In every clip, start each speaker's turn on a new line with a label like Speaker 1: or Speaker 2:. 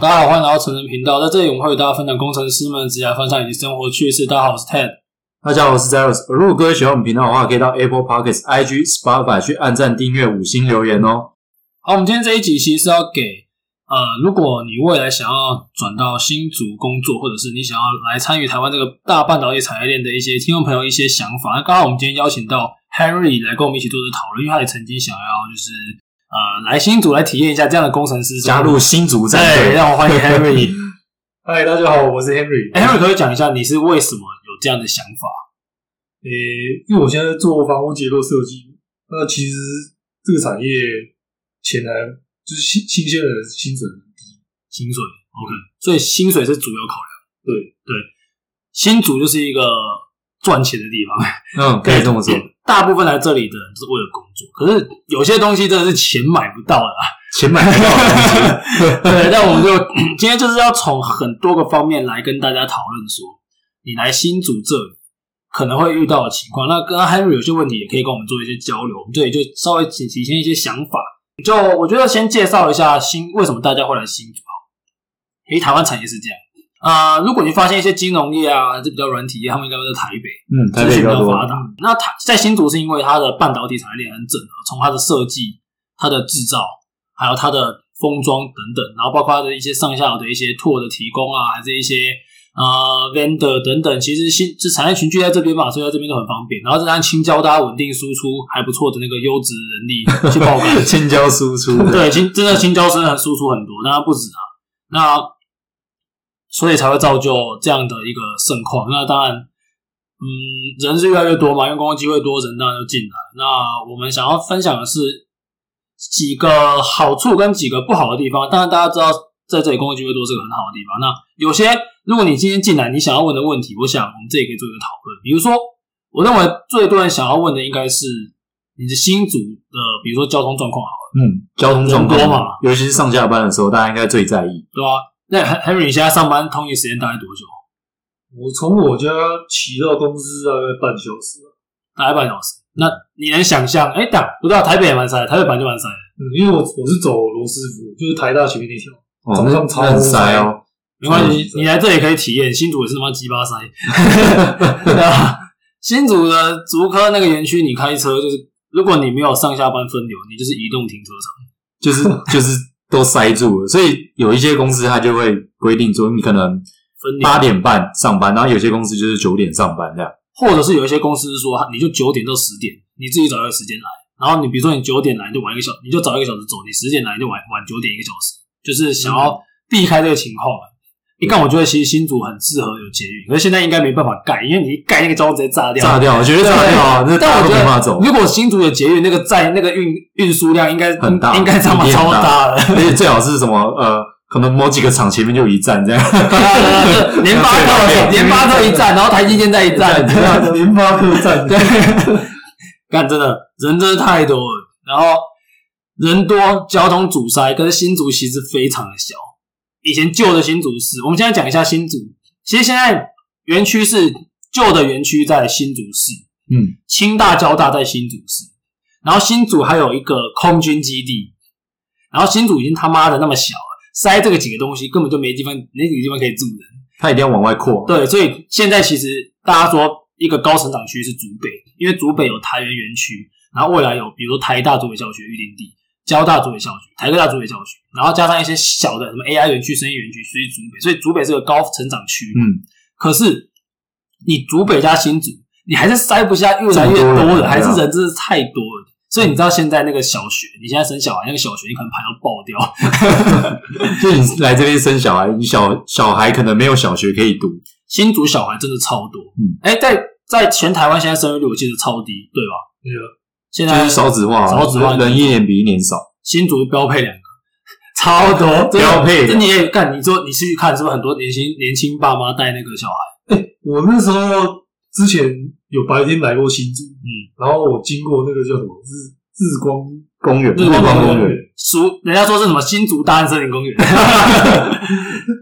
Speaker 1: 大家好，欢迎来到成人频道，在这里我们会与大家分享工程师们的职业分享以及生活趣事。大家好，我是 Ted。
Speaker 2: 大家好，我是 Zeros。如果各位喜欢我们频道的话，可以到 Apple Podcasts、IG、Spotify 去按赞、订阅、五星留言哦。
Speaker 1: 好，我们今天这一集其实是要给呃，如果你未来想要转到新竹工作，或者是你想要来参与台湾这个大半导体产业链的一些听众朋友一些想法。那刚好我们今天邀请到 Henry 来跟我们一起做这个讨论，因为他也曾经想要就是呃来新竹来体验一下这样的工程师生活
Speaker 2: 加入新竹战
Speaker 1: 对，
Speaker 2: 队，
Speaker 1: 哎让我欢迎 Henry。
Speaker 3: 嗨，大家好，我是 Henry。
Speaker 1: 哎 Henry 可不可以讲一下你是为什么有这样的想法？
Speaker 3: 诶、因为我现在做房屋结构设计，那其实这个产业潜台就是新新鲜人的薪水很低，
Speaker 1: 薪水，OK，所以薪水是主要考量。
Speaker 3: 对
Speaker 1: 对，新竹就是一个赚钱的地方，
Speaker 2: 嗯，可以这么说，
Speaker 1: 大部分来这里的人是为了工作，可是有些东西真的是钱买不到的啊。
Speaker 2: 钱买不到的东西。
Speaker 1: 对，但我们就今天就是要从很多个方面来跟大家讨论说，你来新竹这里可能会遇到的情况。那刚刚 Henry 有些问题也可以跟我们做一些交流，我们这里就稍微提提前一些想法。就我觉得先介绍一下新为什么大家会来新竹好，因为台湾产业是这样。啊、如果你发现一些金融业啊，还是比较软体业，他们应该会在台北。
Speaker 2: 嗯，台
Speaker 1: 资
Speaker 2: 北
Speaker 1: 讯
Speaker 2: 比
Speaker 1: 比
Speaker 2: 较
Speaker 1: 较
Speaker 2: 多。
Speaker 1: 发达。那它在新竹是因为它的半导体产业链很整合，从它的设计、它的制造，还有它的封装等等，然后包括它的一些上下游的一些拓的提供啊，还是一些呃 vendor 等等，其实新这产业群聚在这边嘛，所以在这边都很方便。然后再加上青椒，大家稳定输出还不错的那个优质人力去爆肝，
Speaker 2: 青椒输 出的，
Speaker 1: 对，青真的青椒真的输出很多，那不止啊，那所以才会造就这样的一个盛况。那当然，嗯，人是越来越多嘛，因为工作机会多，人当然就进来。那我们想要分享的是几个好处跟几个不好的地方。当然，大家知道在这里工作机会多是个很好的地方。那有些如果你今天进来，你想要问的问题，我想我们这里可以做一个讨论。比如说，我认为最多人想要问的应该是你的新组的，比如说交通状况好了。
Speaker 2: 嗯，交通状况
Speaker 1: 人多嘛，
Speaker 2: 尤其是上下班的时候，大家应该最在意。
Speaker 1: 对啊，那 Henry 你现在上班通勤时间大概多久？
Speaker 3: 我从我家骑到公司大概半小时吧，
Speaker 1: 大概半小时。那你能想象？哎、打不知道台北也蛮塞的，台北本来就蛮塞的，
Speaker 3: 嗯，因为我我是走罗斯福，就是台大前面那条，
Speaker 2: 哦，
Speaker 3: 早
Speaker 2: 那
Speaker 3: 上超
Speaker 2: 那很塞哦。
Speaker 1: 没关系，
Speaker 3: 嗯
Speaker 1: 你来这里可以体验。新竹也是他妈鸡巴塞， 对啊。新竹的竹科那个园区，你开车就是，如果你没有上下班分流，你就是移动停车场。
Speaker 2: 就是 就是都塞住了，所以有一些公司它就会规定说，你可能
Speaker 1: 分流
Speaker 2: 八点半上班，然后有些公司就是九点上班这样。
Speaker 1: 或者是有一些公司是说，啊你就九点到十点，你自己找一个时间来，然后你比如说你九点来你就晚一个小，你就早一个小时走，你十点来你就晚晚九点一个小时，就是
Speaker 2: 嗯
Speaker 1: 想要避开这个情况嘛。你看，我觉得其实新竹很适合有捷运，可是现在应该没办法盖，因为你一盖那个交通直接炸掉。
Speaker 2: 炸掉，我觉得炸掉啊，那
Speaker 1: 对
Speaker 2: 大家
Speaker 1: 但我
Speaker 2: 都
Speaker 1: 觉
Speaker 2: 没
Speaker 1: 得
Speaker 2: 办法走。
Speaker 1: 如果新竹有捷运，那个载那个运运输量应该嗯
Speaker 2: 很大
Speaker 1: 应该他妈
Speaker 2: 一定很
Speaker 1: 超
Speaker 2: 大
Speaker 1: 大的。
Speaker 2: 而且最好是什么呃，可能某几个厂前面就有一站这样，
Speaker 1: 啊联发
Speaker 2: 啊
Speaker 1: 科联发科一站，然后台积电在一站，
Speaker 2: 联发科站对，
Speaker 1: 干真的人真的太多了，然后人多交通阻塞，可是新竹其实非常的小。以前旧的新竹市，我们现在讲一下新竹。其实现在园区是旧的园区在新竹市，
Speaker 2: 嗯，
Speaker 1: 清大、交大在新竹市，然后新竹还有一个空军基地，然后新竹已经他妈的那么小了，塞这个几个东西根本就没地方，没几个地方可以住人。
Speaker 2: 它一定要往外扩。
Speaker 1: 对，所以现在其实大家说一个高成长区是竹北，因为竹北有台原园区，然后未来有比如说台大竹北校区、玉林地、交大竹北校区、台科大竹北校区，然后加上一些小的什么 AI 园区、生意园区，所以竹北，所以竹北是个高成长区。
Speaker 2: 嗯，
Speaker 1: 可是你竹北加新竹，你还是塞不下越来越
Speaker 2: 这么
Speaker 1: 多
Speaker 2: 多
Speaker 1: 人，
Speaker 2: 人
Speaker 1: 还是
Speaker 2: 对啊
Speaker 1: 人真是太多了。所以你知道现在那个小学，你现在生小孩，那个小学你可能排到爆掉。
Speaker 2: 就你来这边生小孩，你小小孩可能没有小学可以读，
Speaker 1: 新竹小孩真的超多，
Speaker 2: 嗯
Speaker 1: 哎、在在全台湾现在生育率我记得超低，对吧？
Speaker 3: 对啊，
Speaker 1: 现
Speaker 2: 就
Speaker 1: 在
Speaker 2: 是少子化啊，
Speaker 1: 少子化
Speaker 2: 人一年比一年少。
Speaker 1: 新竹标配两个， 超
Speaker 3: 哦
Speaker 1: 多真的
Speaker 2: 标配
Speaker 1: 这你也干？你说你去看是不是很多年轻年轻爸妈带那个小孩？
Speaker 3: 我那时候之前有白天来过新竹，嗯，然后我经过那个叫什么日日光
Speaker 2: 公园，
Speaker 1: 日光
Speaker 3: 公园
Speaker 2: 园，
Speaker 1: 书人家说是什么新竹大安森林公 园？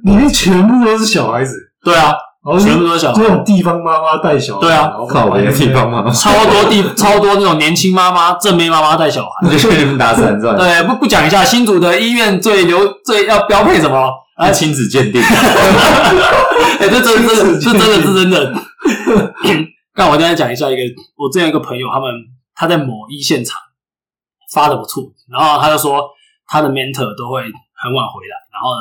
Speaker 3: 里面全部都是小孩子，
Speaker 1: 对啊，
Speaker 3: 然后
Speaker 1: 全部都是 小
Speaker 3: 这种
Speaker 1: 孩，
Speaker 3: 地方妈妈带小孩，
Speaker 1: 对啊
Speaker 3: 然后
Speaker 2: 靠别的地方 嘛，
Speaker 1: 超多地超多那种年轻妈妈、正妹妈妈带小孩。啊
Speaker 2: 你就去那边打伞算了。
Speaker 1: 对，不不讲一下新竹的医院最流最要标配什么？
Speaker 2: 啊，亲子鉴定，
Speaker 1: 哎、这真的是，这真的是真的。 但我现在讲一下一个，我这样一个朋友，他们他在某一现场发的不错，然后他就说他的 mentor 都会很晚回来，然后呢，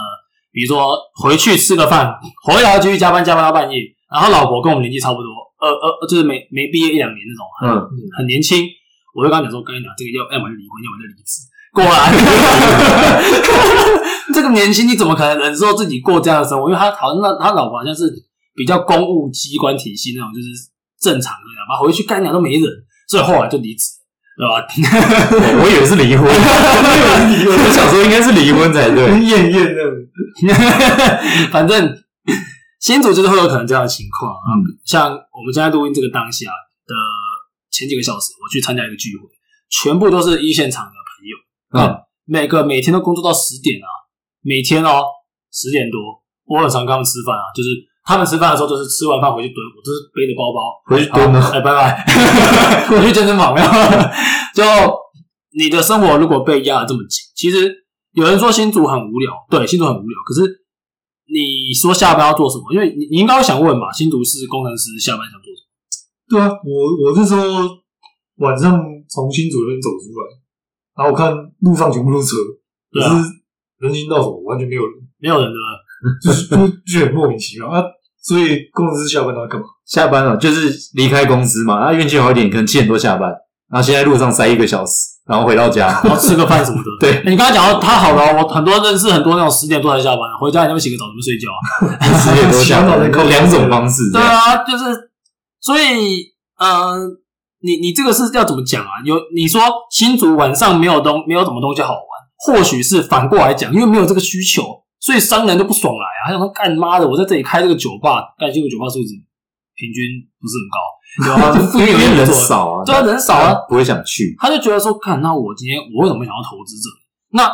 Speaker 1: 比如说回去吃个饭，回来继续加班，加班到半夜，然后老婆跟我们年纪差不多，呃呃，就是没没毕业一两年那种，
Speaker 2: 嗯，
Speaker 1: 很年轻。我就跟他讲说，我跟你讲，这个要要么就离婚，要么就离职。果然， 这个年轻你怎么可能忍受自己过这样的生活？因为他好像那他老婆好像是比较公务机关体系那种，就是正常的，然后回去干娘都没人，所以后来就离职，对吧？
Speaker 2: 我以为是 离婚，我想说应该是离婚才对。
Speaker 3: 跟艳艳那样，
Speaker 1: 反正 新竹就是会有可能这样的情况啊。像我们现在录音这个当下的前几个小时，我去参加一个聚会，全部都是一线厂的朋友，
Speaker 2: 嗯，
Speaker 1: 每个每天都工作到十点啊，每天哦十点多，我很常跟他们吃饭啊，就是他们吃饭的时候，就是吃完饭回去蹲，我就是背着包包
Speaker 2: 回去蹲
Speaker 1: 好哎、拜拜，我去健身房了。就你的生活如果被压得这么紧，其实有人说新竹很无聊，对，新竹很无聊，可是。你说下班要做什么？因为你你应该会想问吧，新竹是工程师下班想做什么？
Speaker 3: 对啊，我我那时候晚上从新竹那边走出来，然后我看路上全部都是车，可
Speaker 1: 对啊，
Speaker 3: 是人行道什么完全没有人，
Speaker 1: 没有人对吧？
Speaker 3: 就是就就很莫名其妙啊。所以工程师下班他干嘛？
Speaker 2: 下班了就是离开公司嘛，啊，运气好一点，可能七点多下班，然后现在路上塞一个小时，然后回到家，
Speaker 1: 然后吃个饭什么的。
Speaker 2: 对
Speaker 1: 欸你刚才讲到他好了，我很多认识很多那种十点多才下班，回家你就洗个澡，你就睡觉啊。
Speaker 2: 十点多 下班，两种方式。
Speaker 1: 对啊，就是所以，呃，你你这个是要怎么讲啊？有你说新竹晚上没有东没有什么东西好玩，或许是反过来讲，因为没有这个需求，所以商人就不爽来啊，他想说干妈的，我在这里开这个酒吧，干新竹酒吧素质平均不是很高，
Speaker 2: 有啊，因为人少啊，
Speaker 1: 对啊，人少啊，
Speaker 2: 不会想去。
Speaker 1: 他就觉得说，看，那我今天我为什么想要投资这里？那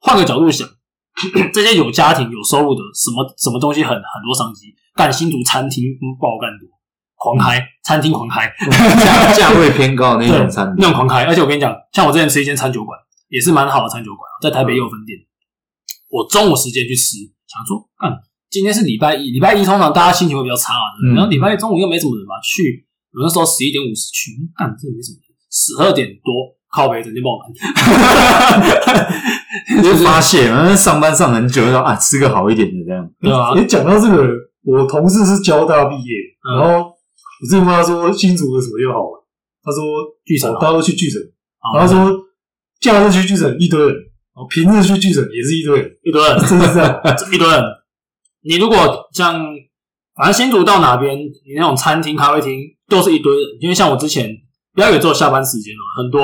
Speaker 1: 换个角度想， 这些有家庭有收入的，什么什么东西很很多商机，干新竹餐厅嗯爆干多，狂开餐厅狂开，
Speaker 2: 价 价位偏高的那种餐
Speaker 1: 那
Speaker 2: 厅，
Speaker 1: 种狂开。而且我跟你讲，像我之前吃一间餐酒馆，也是蛮好的餐酒馆，在台北也有分店。我中午时间去吃，想说，干，今天是礼拜一，礼拜一通常大家心情会比较差嘛，对不
Speaker 2: 嗯
Speaker 1: 对然后礼拜一中午又没什么人嘛，去我那时候十一点五十去，嗯干，这没什么人，十二点多靠北整天爆满。
Speaker 2: 就发泄嘛，上班上很久，然后啊吃个好一点的这样，
Speaker 1: 对啊，
Speaker 3: 也讲到这个，我同事是交大毕业，然后我之前问他说新竹有什么地方好玩，他说
Speaker 1: 剧场
Speaker 3: 哦大家都去巨城，
Speaker 1: 好
Speaker 3: 然后说假日去巨城一堆人，然后平日去巨城也是一堆人，
Speaker 1: 一堆人，
Speaker 3: 真的是这样。
Speaker 1: 这一堆人。你如果像反正新竹到哪边，你那种餐厅、咖啡厅都是一堆人，因为像我之前不要以为只有下班时间哦，很多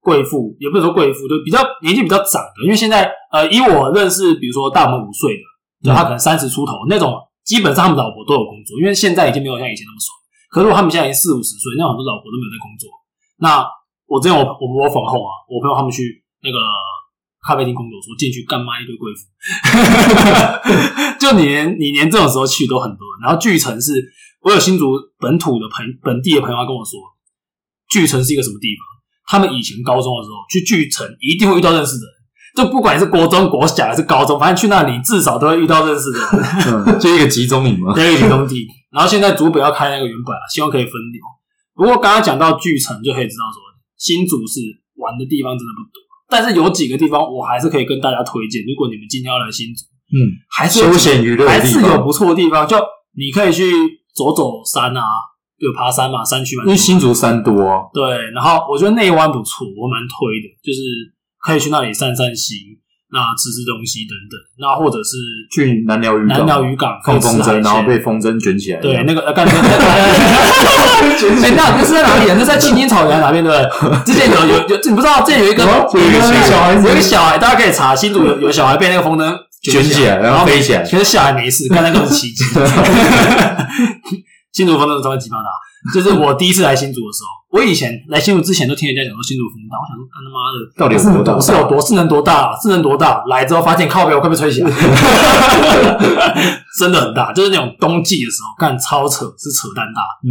Speaker 1: 贵妇也不是说贵妇，就比较年纪比较长的，因为现在呃，以我认识，比如说大我们五岁的，对，
Speaker 3: 嗯
Speaker 1: 他可能三十出头那种，基本上他们老婆都有工作，因为现在已经没有像以前那么爽。可是如果他们现在已经四五十岁，那很多老婆都没有在工作。那我之前我我我粉后啊，我朋友他们去那个咖啡厅工作，说进去干妈一堆贵妇， 就你连你连这种时候去都很多人。然后巨城是，我有新竹本土的朋本地的朋友他跟我说，巨城是一个什么地方？他们以前高中的时候去巨城，一定会遇到认识的人。就不管是国中、国小还是高中，反正去那里至少都会遇到认识的人。
Speaker 2: 嗯， 就一个集中营嘛。
Speaker 1: 那个集中地。然后现在竹北要开那个原本啊，希望可以分流。不过刚刚讲到巨城，就可以知道说新竹是玩的地方真的不多，但是有几个地方我还是可以跟大家推荐。如果你们今天要来新竹，
Speaker 2: 嗯，
Speaker 1: 还是有
Speaker 2: 休闲娱乐的
Speaker 1: 还
Speaker 2: 地
Speaker 1: 是有
Speaker 2: 方，
Speaker 1: 不错的地方，就你可以去走走山啊，有爬山嘛，山区蛮
Speaker 2: 因
Speaker 1: 多
Speaker 2: 为。新竹山多啊，
Speaker 1: 对，然后我觉得内湾不错，我蛮推的，就是可以去那里散散心，那吃吃东西等等，那或者是
Speaker 2: 去南寮渔港，
Speaker 1: 南寮渔港可以
Speaker 2: 放
Speaker 1: 吃
Speaker 2: 风
Speaker 1: 海
Speaker 2: 筝，然后
Speaker 1: 鲜
Speaker 2: 被风筝卷起来。
Speaker 1: 对，那个呃，干那个，哎， 那那是在哪里啊？那在青青草原哪边？对不对？之前有有有，你不知道，这有一个
Speaker 2: 有一个小孩子
Speaker 1: 有一个小孩，大家可以查，新竹有有小孩被那个风筝
Speaker 2: 卷起来，然后飞起来。
Speaker 1: 其实小孩没事，干那个是奇迹。新竹风筝他妈鸡巴大，就是我第一次来新竹的时候，我以前来新竹之前都听人家讲说新竹风大，我想说干他妈的。
Speaker 2: 到底有多大？
Speaker 1: 是有多是能多大、啊？是能多大？来之后发现靠背我快被吹起来，真的很大，就是那种冬季的时候，干超扯，是扯蛋大，
Speaker 2: 嗯，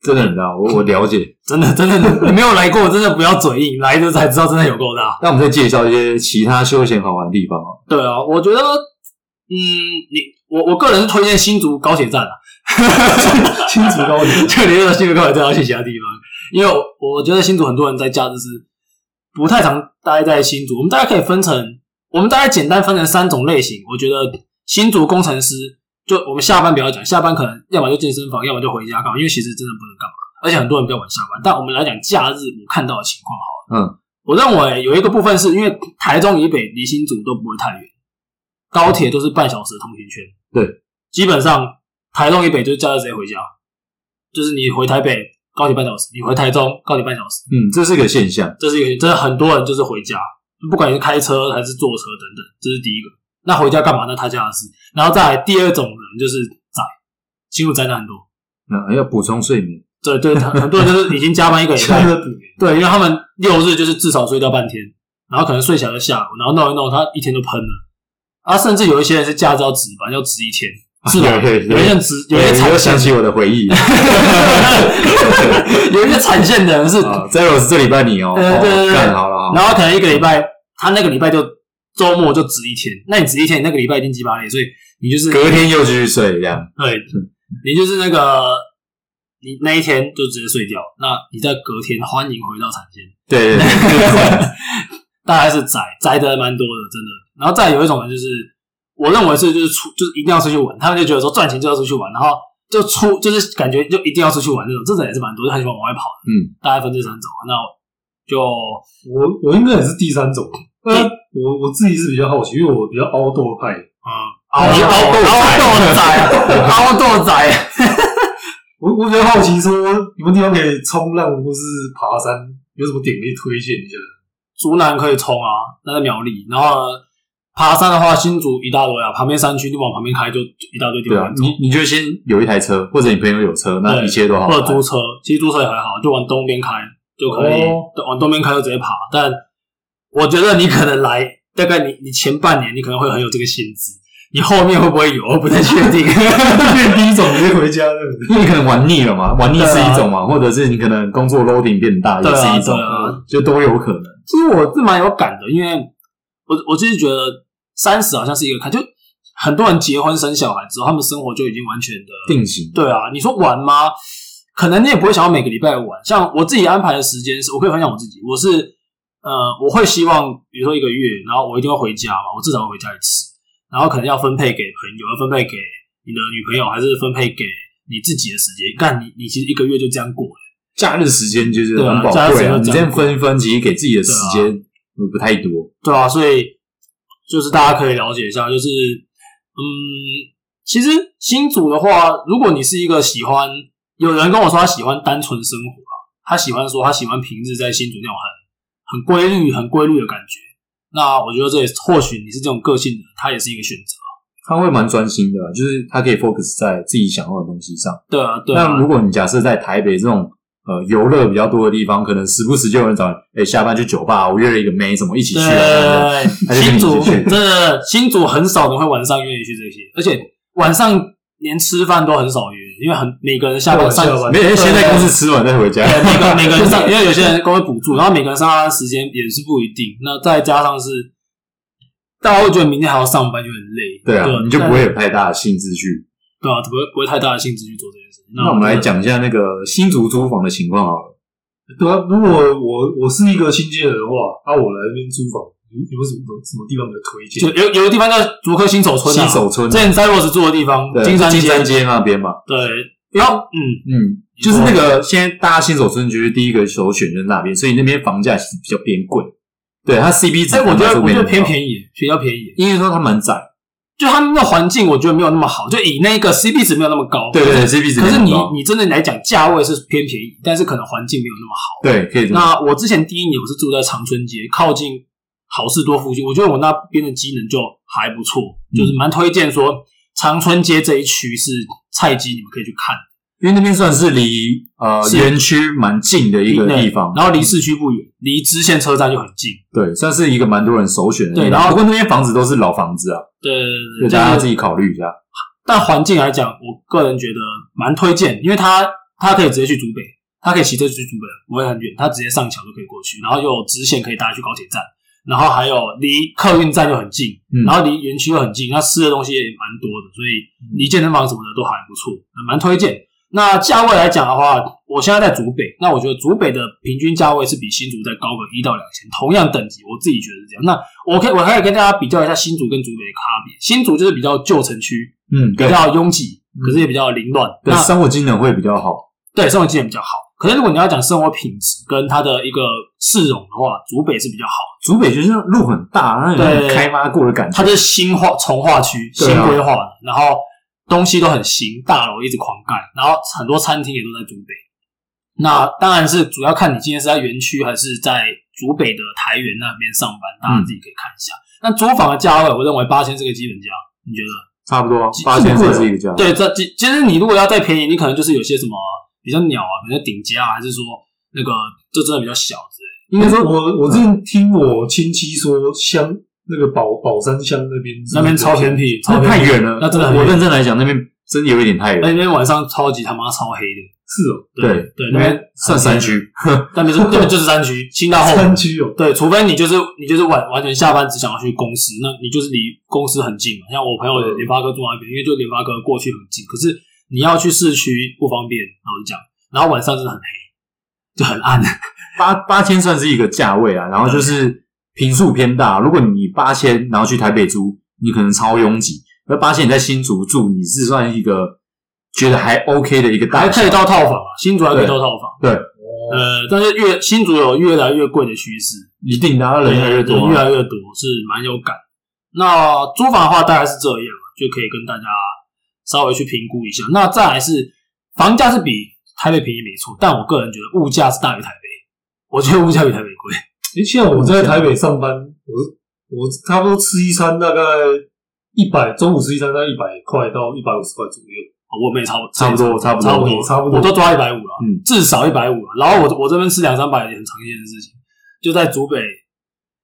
Speaker 2: 真的很大，我 我了解。
Speaker 1: 真的真的你没有来过，真的不要嘴硬，来的才知道真的有够大。
Speaker 2: 那我们再介绍一些其他休闲好玩的地方哦。
Speaker 1: 对啊，我觉得嗯，你我我个人是推荐新竹高铁站啊，
Speaker 3: 新竹高铁
Speaker 1: 就你说新竹高铁站要去其他地方，因为我我觉得新竹很多人在假日是不太常待在新竹，我们大概可以分成，我们大概简单分成三种类型。我觉得新竹工程师，就我们下班不要讲，下班可能要么就健身房，要么就回家干嘛，因为其实真的不能干嘛，而且很多人比较晚下班。但我们来讲假日我看到的情况好了，
Speaker 2: 嗯，
Speaker 1: 我认为有一个部分是因为台中以北离新竹都不会太远，高铁都是半小时的通行圈，
Speaker 2: 对，
Speaker 1: 基本上台中以北就是假日直接回家，就是你回台北高铁半小时，你回台中高铁半小时。
Speaker 2: 嗯，这是个现象，
Speaker 1: 这是一个，真的很多人就是回家，不管你是开车还是坐车等等，这是第一个。那回家干嘛？那他家的事。然后再来第二种人就是宅，进入宅男很多，
Speaker 2: 嗯，要补充睡眠，
Speaker 1: 对对，很很多人就是已经加班一个礼
Speaker 3: 下
Speaker 1: 拜，
Speaker 3: 个补
Speaker 1: 对，因为他们六日就是至少睡掉半天，然后可能睡起来就下午，然后弄一弄，他一天就喷了。啊，甚至有一些人是假日要值班，要值一天，是吧？
Speaker 2: 对对对
Speaker 1: 有一些人值，有一些
Speaker 2: 对
Speaker 1: 产
Speaker 2: 哎又
Speaker 1: 线
Speaker 2: 想， 起我的回忆啊
Speaker 1: 有一些产线的人是
Speaker 2: 啊，Zeros 这礼拜你哦，
Speaker 1: 对对对
Speaker 2: 哦
Speaker 1: 对
Speaker 2: 干好了哈，
Speaker 1: 然后可能一个礼拜，他那个礼拜就周末就值一天，那你值一天，你那个礼拜一定鸡巴累，所以你就是
Speaker 2: 隔天又继续睡这样，
Speaker 1: 对，你就是那个你那一天就直接睡掉，那你在隔天欢迎回到产线，
Speaker 2: 对对 对，
Speaker 1: 大概是宅宅的蛮多的，真的。然后再有一种人就是，我认为是就是出就是一定要出去玩，他们就觉得说赚钱就要出去玩，然后就出就是感觉就一定要出去玩那种，这种也是蛮多，就很喜欢往外跑
Speaker 2: 嗯，
Speaker 1: 的。大概分这三种，那我就
Speaker 3: 我我应该也是第三种。那我我自己是比较好奇，因为我比较凹豆派，
Speaker 1: 嗯，凹豆凹 豆仔，凹豆仔，
Speaker 3: 我我比较好奇说有没有地方可以冲浪或是爬山，有什么点可以推荐一下？
Speaker 1: 竹南可以冲啊，那在苗栗，然后呢爬山的话，新竹一大堆啊，旁边山区就往旁边开，就一大堆地
Speaker 2: 对
Speaker 1: 方
Speaker 2: 啊
Speaker 1: 玩，走
Speaker 2: 你你就先有一台车，或者你朋友有车，那
Speaker 1: 对
Speaker 2: 一切都好
Speaker 1: 或者
Speaker 2: 办，
Speaker 1: 租车，其实租车也还好，就往东边开就可以，
Speaker 3: 哦
Speaker 1: 对往东边开就直接爬。但我觉得你可能来，大概你你前半年你可能会很有这个性质，你后面会不会有，我不太确定。
Speaker 3: 变第一种直接回家的，
Speaker 2: 因为
Speaker 1: 啊
Speaker 2: 你可能玩腻了嘛，玩腻是
Speaker 1: 对啊
Speaker 2: 一种嘛，或者是你可能工作 loading 变大
Speaker 1: 对
Speaker 2: 也
Speaker 1: 啊
Speaker 2: 是一种
Speaker 1: 对啊，
Speaker 2: 就都有可能。
Speaker 1: 其实我是蛮有感的，因为我我就是觉得三十好像是一个坎，就很多人结婚生小孩之后，他们生活就已经完全的
Speaker 2: 定型，
Speaker 1: 对啊，你说玩吗？可能你也不会想要每个礼拜玩。像我自己安排的时间是，我可以分享我自己，我是呃，我会希望比如说一个月，然后我一定会回家嘛，我至少会回家一次，然后可能要分配给朋友，要分配给你的女朋友，还是分配给你自己的时间。干你你其实一个月就这样过了，
Speaker 2: 假日时间就是
Speaker 1: 对啊
Speaker 2: 很宝
Speaker 1: 假日时
Speaker 2: 贵啊，
Speaker 1: 间就
Speaker 2: 你
Speaker 1: 这
Speaker 2: 这
Speaker 1: 样
Speaker 2: 样分一分，其实给自己的时间不太多。
Speaker 1: 对啊，所以就是大家可以了解一下，就是嗯，其实新组的话，如果你是一个喜欢，有人跟我说他喜欢单纯生活啊，他喜欢说他喜欢平日在新组那种很很规律、很规律的感觉。那我觉得这也或许你是这种个性的，他也是一个选择。啊
Speaker 2: 他会蛮专心的啊，就是他可以 focus 在自己想要的东西上。
Speaker 1: 对啊，对啊
Speaker 2: 那，如果你假设在台北这种呃游乐比较多的地方，可能时不时就有人找你，哎，下班去酒吧，我约了一个妹，怎么一起去啊？还
Speaker 1: 对，
Speaker 2: 是
Speaker 1: 新
Speaker 2: 你
Speaker 1: 竹
Speaker 2: 自己去
Speaker 1: 真的新竹很少人会晚上愿意去这些，而且晚上连吃饭都很少约，因为很每个人下班
Speaker 3: 对
Speaker 1: 上
Speaker 3: 下班
Speaker 2: 没有，先在公司吃完再回家。
Speaker 1: 对，呃每个每个人上，因为有些人工会补助，然后每个人上班的时间也是不一定。那再加上是，大家会觉得明天还要上班，就很累。
Speaker 2: 对啊，你就不
Speaker 1: 但
Speaker 2: 会有太大的兴致去。
Speaker 1: 对啊，不会不会太大的兴致去做这件事。
Speaker 2: 那我们来
Speaker 1: 觉得，
Speaker 2: 讲一下那个新竹租房的情况好了。
Speaker 3: 对啊，如果我我是一个新进人的话，啊，我来这边租房，有有没有什么什么地方比较推荐？
Speaker 1: 就有有个地方叫竹科新手村啊，
Speaker 2: 新手村啊
Speaker 1: 之前 z e r o s 住的地方，
Speaker 2: 对，
Speaker 1: 金山
Speaker 2: 金山
Speaker 1: 街，
Speaker 2: 街那边嘛，
Speaker 1: 对，然后嗯，
Speaker 2: 嗯，就是那个现在大家新手村就是第一个首选就是那边，所以那边房价其实比较偏贵。对，它 CP 值
Speaker 1: 哎，我觉得我觉得偏
Speaker 2: 宜，
Speaker 1: 便宜，比较便宜。
Speaker 2: 因为说它蛮窄。
Speaker 1: 就他们的环境，我觉得没有那么好，就以那个 CP 值没有那么高。
Speaker 2: 对对对，CP 值
Speaker 1: 可
Speaker 2: 没那
Speaker 1: 是
Speaker 2: 么
Speaker 1: 你
Speaker 2: 高
Speaker 1: 你真的来讲，价位是偏便宜，但是可能环境没有那么好。
Speaker 2: 对可以这么
Speaker 1: 那我之前第一年我是住在长春街，靠近好事多附近，我觉得我那边的机能就还不错，
Speaker 2: 嗯
Speaker 1: 就是蛮推荐说长春街这一区是菜鸡，你们可以去看
Speaker 2: 因为那边算是离呃
Speaker 1: 是
Speaker 2: 园区蛮近的一个地方，
Speaker 1: 然后离市区不远，离支线车站就很近。
Speaker 2: 对，算是一个蛮多人首选的地方。
Speaker 1: 对然后
Speaker 2: 不过那边房子都是老房子啊，
Speaker 1: 对
Speaker 2: 对，
Speaker 1: 对对
Speaker 2: 大家
Speaker 1: 对，
Speaker 2: 自
Speaker 1: 就是
Speaker 2: 己考虑一下。嗯
Speaker 1: 但环境来讲，我个人觉得蛮推荐，因为它它可以直接去竹北，它可以骑车去竹北，不会很远，它直接上桥就可以过去，然后又有支线可以搭去高铁站，然后还有离客运站又很近，
Speaker 2: 嗯
Speaker 1: 然后离园区又很近，那吃的东西也蛮多的，所以离健身房什么的都还不错，蛮推荐。那价位来讲的话，我现在在竹北，那我觉得竹北的平均价位是比新竹再高个一到两千，同样等级，我自己觉得是这样。那我可以我还可以跟大家比较一下新竹跟竹北的差别。新竹就是比较旧城区，
Speaker 2: 嗯，
Speaker 1: 比
Speaker 2: 对，嗯
Speaker 1: 较拥挤，可是也比较凌乱。
Speaker 2: 对，
Speaker 1: 那
Speaker 2: 生活机能会比较好。
Speaker 1: 对生活经验比较好。可是如果你要讲生活品质跟它的一个市容的话，竹北是比较好的，
Speaker 2: 竹北就是路很大，然后有那种
Speaker 1: 对
Speaker 2: 开发过的感觉
Speaker 1: 它。就是新化从化区新
Speaker 2: 对啊
Speaker 1: 规划的，然后东西都很新，大楼一直狂盖，然后很多餐厅也都在竹北。那当然是主要看你今天是在园区还是在竹北的台园那边上班，大家自己可以看一下。那租房的价位，我认为八千是个基本价，你觉得？
Speaker 2: 差不多
Speaker 1: 几
Speaker 2: 八千
Speaker 1: 几
Speaker 2: 才
Speaker 1: 贵
Speaker 2: 是一个价。，
Speaker 1: 对，这其其实你如果要再便宜，你可能就是有些什么比较鸟啊，比较顶级啊，还是说那个就真的比较小之类的。
Speaker 3: 应该说我我之前听我亲戚说，香那个宝宝山乡那边
Speaker 1: 那边超偏，僻，超
Speaker 2: 那
Speaker 1: 偏
Speaker 2: 太
Speaker 1: 僻，
Speaker 2: 远了。
Speaker 1: 那真的很
Speaker 2: 我
Speaker 1: 远哎
Speaker 2: 认真来讲，那边真的有一点太
Speaker 1: 那
Speaker 2: 远。
Speaker 1: 边晚上超级他妈超黑的。
Speaker 3: 是哦，
Speaker 1: 对对，那边
Speaker 2: 算山，区，
Speaker 1: 那边是那边就是 山区，青到后
Speaker 3: 山区哦，
Speaker 1: 对，除非你就是你就是完完全下班只想要去公司，那你就是离公司很近嘛。像我朋友
Speaker 2: 嗯
Speaker 1: 联发科住那边，因为就联发科过去很近，可是你要去市区不方便，然后讲，然后晚上真的很黑，就很暗。
Speaker 2: 八八千算是一个价位啊。然后就是平数偏大，如果你八千然后去台北租，你可能超拥挤；而八千你在新竹住，你是算一个觉得还 OK 的一个
Speaker 1: 还
Speaker 2: 大
Speaker 1: 可以
Speaker 2: 小。
Speaker 1: 到套房啊，新竹还可以到套房。
Speaker 2: 对
Speaker 3: 哦
Speaker 1: 呃，但是越新竹有越来越贵的趋势，
Speaker 2: 一定的啊，人越来越多
Speaker 1: 人
Speaker 2: 啊，
Speaker 1: 越来越多是蛮有感。那租房的话大概是这样，啊就可以跟大家稍微去评估一下。那再来是房价是比台北便宜没错，但我个人觉得物价是大于台北，我觉得物价比台北贵。
Speaker 3: 诶，现在我在台北上班，我我差不多吃一餐大概一百，中午吃一餐大概一百块到一百五十块左右。
Speaker 1: 我们也差不
Speaker 2: 差不多，差不
Speaker 1: 差不
Speaker 2: 多
Speaker 1: 多，
Speaker 3: 差不多
Speaker 1: 我都抓一百五了，
Speaker 2: 嗯
Speaker 1: 至少一百五了。然后我我这边吃两三百也很常见的事情，就在竹北，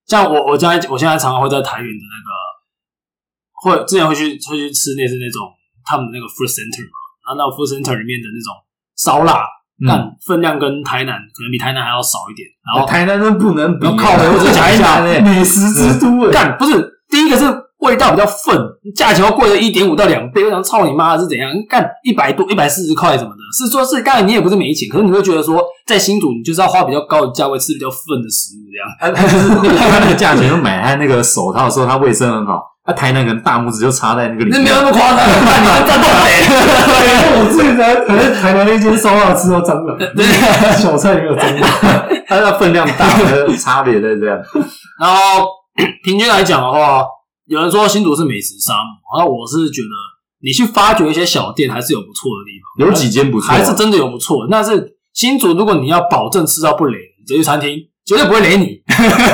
Speaker 1: 像我我家我现在常常会在台原的那个，会之前会去会去吃那是那种他们的那个 food center 嘛，然后那个 food center 里面的那种烧腊，
Speaker 2: 嗯。
Speaker 1: 但分量跟台南可能比台南还要少一点，然后
Speaker 2: 台南都不能比啊，
Speaker 1: 然后靠北我只讲一 下
Speaker 2: 台南欸
Speaker 3: 美食之都哎、
Speaker 1: 干不是第一个是味道比较粪，价钱又贵了一点五到两倍，我想操你妈是怎样？干一百多、一百四十块什么的，是说是当然你也不是没钱，可是你会觉得说在新竹你就是要花比较高的价位吃比较粪的食物这样。
Speaker 2: 他他就是那个他那个价钱，就买他那个手套，说他卫生很好。他台南可能大拇指就插在那个里
Speaker 1: 那
Speaker 2: 面
Speaker 1: 没有，那么夸张，干你们站到
Speaker 3: 对，我之前在台台南那间烧腊吃到蟑螂，小菜没有蟑螂，
Speaker 2: 他的分量大，差别在这样。
Speaker 1: 然后平均来讲的话，有人说新竹是美食沙漠，那我是觉得你去发掘一些小店还是有不错的地方，
Speaker 2: 有几间不错啊，
Speaker 1: 还是真的有不错。但是新竹，如果你要保证吃到不雷，你直接去餐厅绝对不会雷你，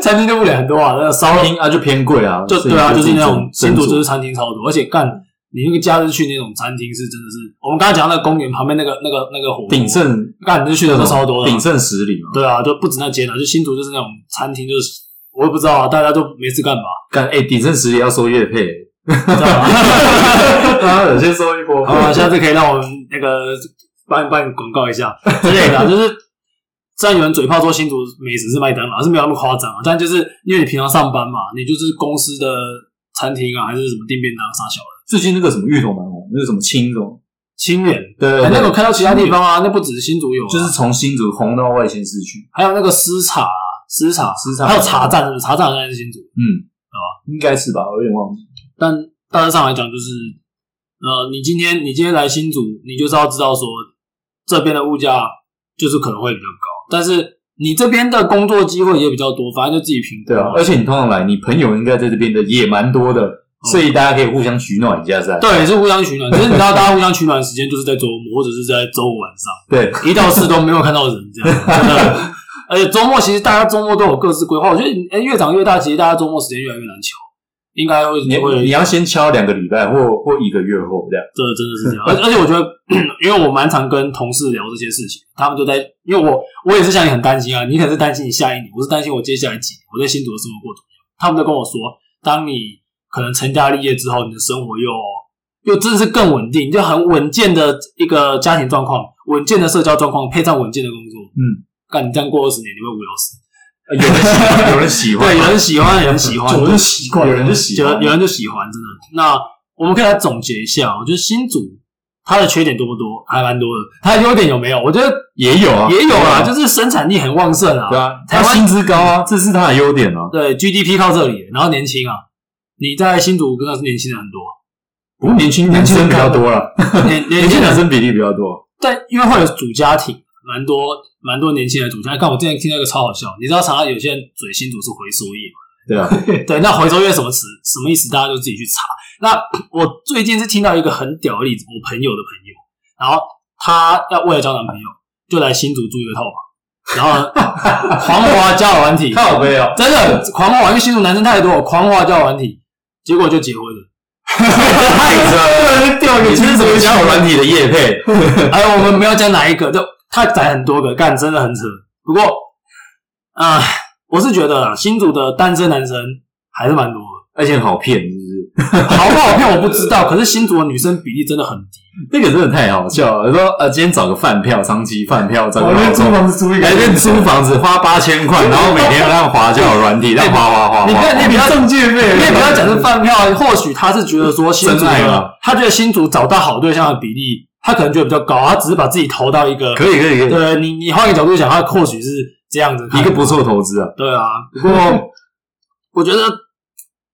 Speaker 1: 餐厅就不雷很多啊，那个烧肉
Speaker 2: 偏啊就偏贵啊，
Speaker 1: 就
Speaker 2: 所以
Speaker 1: 对啊，
Speaker 2: 你
Speaker 1: 就是那种
Speaker 2: 自己
Speaker 1: 新
Speaker 2: 斟
Speaker 1: 竹就是
Speaker 2: 酌
Speaker 1: 餐厅超多，而且干你那个假日去那种餐厅是真的是，我们刚才讲那个公园旁边那个那个那个火锅
Speaker 2: 鼎，盛
Speaker 1: 干你就去的都超多的啊
Speaker 2: 鼎，盛十里嘛。
Speaker 1: 对啊，就不止那间啊，就新竹就是那种餐厅就是。我也不知道啊，大家都没事干嘛？
Speaker 2: 干哎，鼎盛十里要收月配，
Speaker 1: 知道吗
Speaker 2: 啊，有些收一波
Speaker 1: 好啊，下次可以让我们那个帮你帮你广告一下之类 的啊，就是。虽然有人嘴炮说新竹美食是麦当劳，是没有那么夸张啊，但就是因为你平常上班嘛，你就是公司的餐厅啊，还是什么订便当啥小的，
Speaker 2: 最近那个什么芋头蛮红，那个什么青什么，
Speaker 1: 清远，
Speaker 2: 对
Speaker 1: 哎
Speaker 2: 对
Speaker 1: 那
Speaker 2: 对
Speaker 1: 个我，看到其他地方啊，那不只是新竹有啊、
Speaker 2: 就是从新竹红到外县市去，
Speaker 1: 还有那个私茶、啊，私茶，
Speaker 2: 私茶
Speaker 1: 还有茶站是不是？茶站好像也是新竹，
Speaker 2: 嗯，应该是吧，我有点忘记。
Speaker 1: 但大致上来讲，就是呃，你今天你今天来新竹，你就是要知道说这边的物价就是可能会比较高，但是你这边的工作机会也比较多，反正就自己评估
Speaker 2: 对啊
Speaker 1: 嘛。，
Speaker 2: 而且你通常来，你朋友应该在这边的也蛮多的，所以大家可以互相取暖一下噻。
Speaker 1: 对，是互相取暖。可是你知道，大家互相取暖的时间就是在周末，或者是在周五晚上。
Speaker 2: 对，
Speaker 1: 一到四都没有看到人，这 样真的。而且周末其实大家周末都有各自规划，我觉得哎、越长越大，其实大家周末时间越来越难求，应该会
Speaker 2: 你
Speaker 1: 会
Speaker 2: 你要先敲两个礼拜或或一个月后这样。
Speaker 1: 这真的是这样。而且而且我觉得，因为我蛮常跟同事聊这些事情，他们就在因为我我也是像你很担心啊，你可能是担心你下一年，我是担心我接下来几年我在新竹的生活过怎么样。他们都跟我说，当你可能成家立业之后，你的生活又又真的是更稳定，就很稳健的一个家庭状况，稳健的社交状况，配上稳健的工作，
Speaker 2: 嗯，
Speaker 1: 干你这样过二十年，你会无聊死。呃
Speaker 2: 有人喜欢，有人喜欢，
Speaker 1: 对，有人喜欢，有人喜欢，
Speaker 3: 久就习惯了，
Speaker 2: 有人就喜
Speaker 1: 有
Speaker 2: 欢，
Speaker 1: 有人就喜欢，真的。那我们可以来总结一下，我觉得新组它的缺点多不多？还蛮多的。它的优点有没有？我觉得
Speaker 2: 也有啊，
Speaker 1: 也有啊，
Speaker 2: 对
Speaker 1: 就是生产力很旺盛啊，
Speaker 2: 对啊，
Speaker 1: 台
Speaker 2: 他
Speaker 1: 湾
Speaker 2: 薪资高啊，这是他的优点啊。
Speaker 1: 对 GDP 靠这里，然后年轻啊，你在新竹跟年轻人很 多，
Speaker 2: 不过年轻男生比较多了，年
Speaker 1: 年年
Speaker 2: 轻
Speaker 1: 轻
Speaker 2: 男
Speaker 1: 人
Speaker 2: 生比例比较多。
Speaker 1: 对，因为会有组家庭，蛮多蛮多年轻人组家庭。看我之前听到一个超好笑，你知道常常有些人嘴新竹是回收业嘛？
Speaker 2: 对啊，
Speaker 1: 对，那回收业什么词什么意思？大家就自己去查。那我最近是听到一个很屌的例子，我朋友的朋友，然后她要为了交男朋友，就来新竹租一个套房，然后呢狂滑交友软体，
Speaker 2: 靠背哦，
Speaker 1: 真的狂滑，因为新竹男生太多了，狂滑交友软体，结果就结婚了。
Speaker 2: 太扯了，掉
Speaker 1: 个
Speaker 2: 你这是什么
Speaker 1: 进去
Speaker 2: 交友软体的业配？
Speaker 1: 哎，我们没有讲哪一个，就他载很多个，干真的很扯。不过，啊、我是觉得啦，新组的单身男生还是蛮多的，
Speaker 2: 而且很好骗，是不是？
Speaker 1: 好不好骗我不知道，可是新组的女生比例真的很低。
Speaker 2: 那个真的太好笑了。说呃，今天找个饭票，长期饭票，找个
Speaker 3: 我
Speaker 2: 老
Speaker 3: 那
Speaker 2: 公
Speaker 3: 哦租房子租一个，
Speaker 2: 来这租房子花八千块，然后每天让滑交友软体，让滑滑滑滑。
Speaker 1: 你不要你不要
Speaker 2: 中介费
Speaker 1: 因为不要讲是饭票，或许他是觉得说新组
Speaker 2: 真爱嘛
Speaker 1: 的，他觉得新组找到好对象的比例，他可能觉得比较高，他只是把自己投到一个，
Speaker 2: 可以可以可
Speaker 1: 对你你换个角度想，他或许是这样子看
Speaker 2: 以，一个不错投资啊。
Speaker 1: 对啊，不过我觉得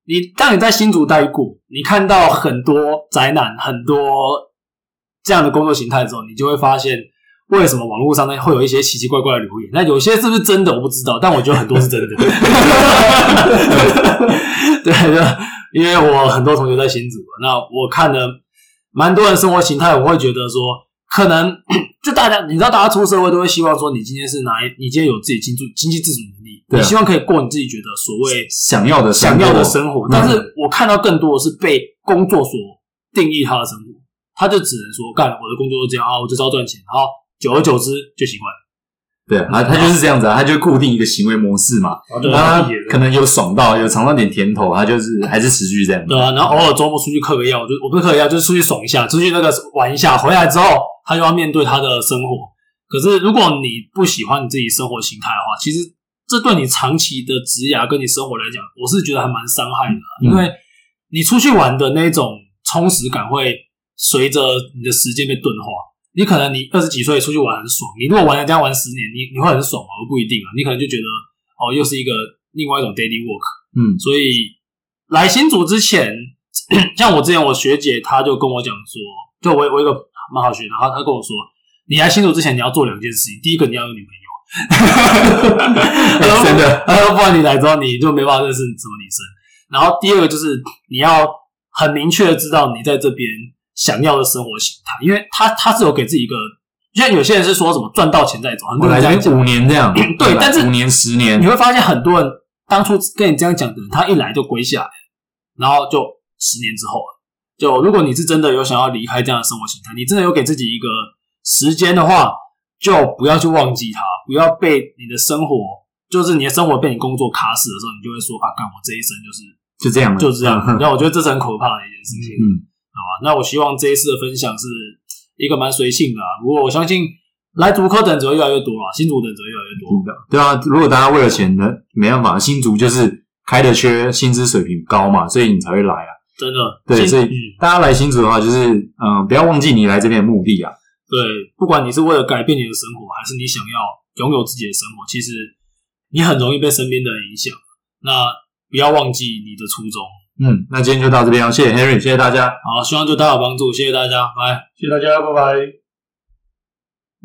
Speaker 1: 你当你在新竹待过，你看到很多宅男、很多这样的工作形态之后，你就会发现为什么网络上面会有一些奇奇怪怪的留言。那有些是不是真的我不知道，但我觉得很多 是真的。对，就因为我很多同学在新竹，那我看了蛮多人生活形态，我会觉得说，可能 就大家，你知道，大家出社会都会希望说，你今天是拿一，你今天有自己经济经济自主能力，
Speaker 2: 对啊
Speaker 1: 你希望可以过你自己觉得所谓
Speaker 2: 想要的
Speaker 1: 想要的
Speaker 2: 生嗯
Speaker 1: 生活。但是我看到更多的是被工作所定义他的生活，他就只能说，干我的工作就这样啊，我就是要赚钱，然后久而久之就习惯了。
Speaker 2: 活，对啊，他就是这样子啊，他就固定一个行为模式嘛。
Speaker 3: 然后
Speaker 2: 他
Speaker 1: 啊
Speaker 3: 就当地人
Speaker 2: 可能有爽到，有尝到点甜头，啊他就是还是持续这样。
Speaker 1: 对啊，然后偶尔周末出去嗑个药，就我不是嗑个药，就是出去爽一下，出去那个玩一下，回来之后他就要面对他的生活。可是如果你不喜欢你自己生活形态的话，其实这对你长期的职涯跟你生活来讲，我是觉得还蛮伤害的啊、
Speaker 2: 嗯
Speaker 1: 因为你出去玩的那种充实感会随着你的时间被钝化。你可能你二十几岁出去玩很爽，你如果玩人家玩十年，你你会很爽吗？不一定啊，你可能就觉得哦，又是一个另外一种 daily work。
Speaker 2: 嗯，
Speaker 1: 所以来新竹之前，像我之前我学姐她就跟我讲说，就我我有一个蛮好学的，她她跟我说，你来新竹之前你要做两件事情，第一个你要有女朋 友，
Speaker 2: 哎真的
Speaker 1: 她说不 然你来之后你就没办法认识什么女生。然后第二个就是你要很明确的知道你在这边想要的生活形态，因为他他是有给自己一个，像有些人是说什么赚到钱再走，很
Speaker 2: 我
Speaker 1: 多
Speaker 2: 来
Speaker 1: 人
Speaker 2: 这
Speaker 1: 这
Speaker 2: 边
Speaker 1: 样讲
Speaker 2: 五年这样，
Speaker 1: 对但是
Speaker 2: 五年十
Speaker 1: 你
Speaker 2: 年，
Speaker 1: 会发现很多人当初跟你这样讲的人，他一来就归下来，然后就十年之后了，就如果你是真的有想要离开这样的生活形态，你真的有给自己一个时间的话，就不要去忘记它，不要被你的生活，就是你的生活被你工作卡死的时候，你就会说啊，干我这一生就
Speaker 2: 就
Speaker 1: 是
Speaker 2: 这样了，
Speaker 1: 就是这样。那我觉得这是很可怕的一件事情。
Speaker 2: 嗯，
Speaker 1: 好吧，那我希望这一次的分享是一个蛮随性的、啊，不过我相信来竹科等者会越来越多啊，新竹等者越来越多。
Speaker 2: 对啊。如果大家为了钱呢，没办法，新竹就是开的缺，薪资水平高嘛，所以你才会来啊。
Speaker 1: 真的，
Speaker 2: 对
Speaker 1: 新
Speaker 2: 所以
Speaker 1: 嗯
Speaker 2: 大家来新竹的话，就是嗯、呃不要忘记你来这边的目的啊。
Speaker 1: 对，不管你是为了改变你的生活，还是你想要拥有自己的生活，其实你很容易被身边的人影响。那不要忘记你的初衷。
Speaker 2: 嗯，那今天就到这边哦，谢谢 Henry，谢谢大家。
Speaker 1: 好，希望对大家有帮助，谢谢大家，拜。
Speaker 3: 谢谢大家，拜拜。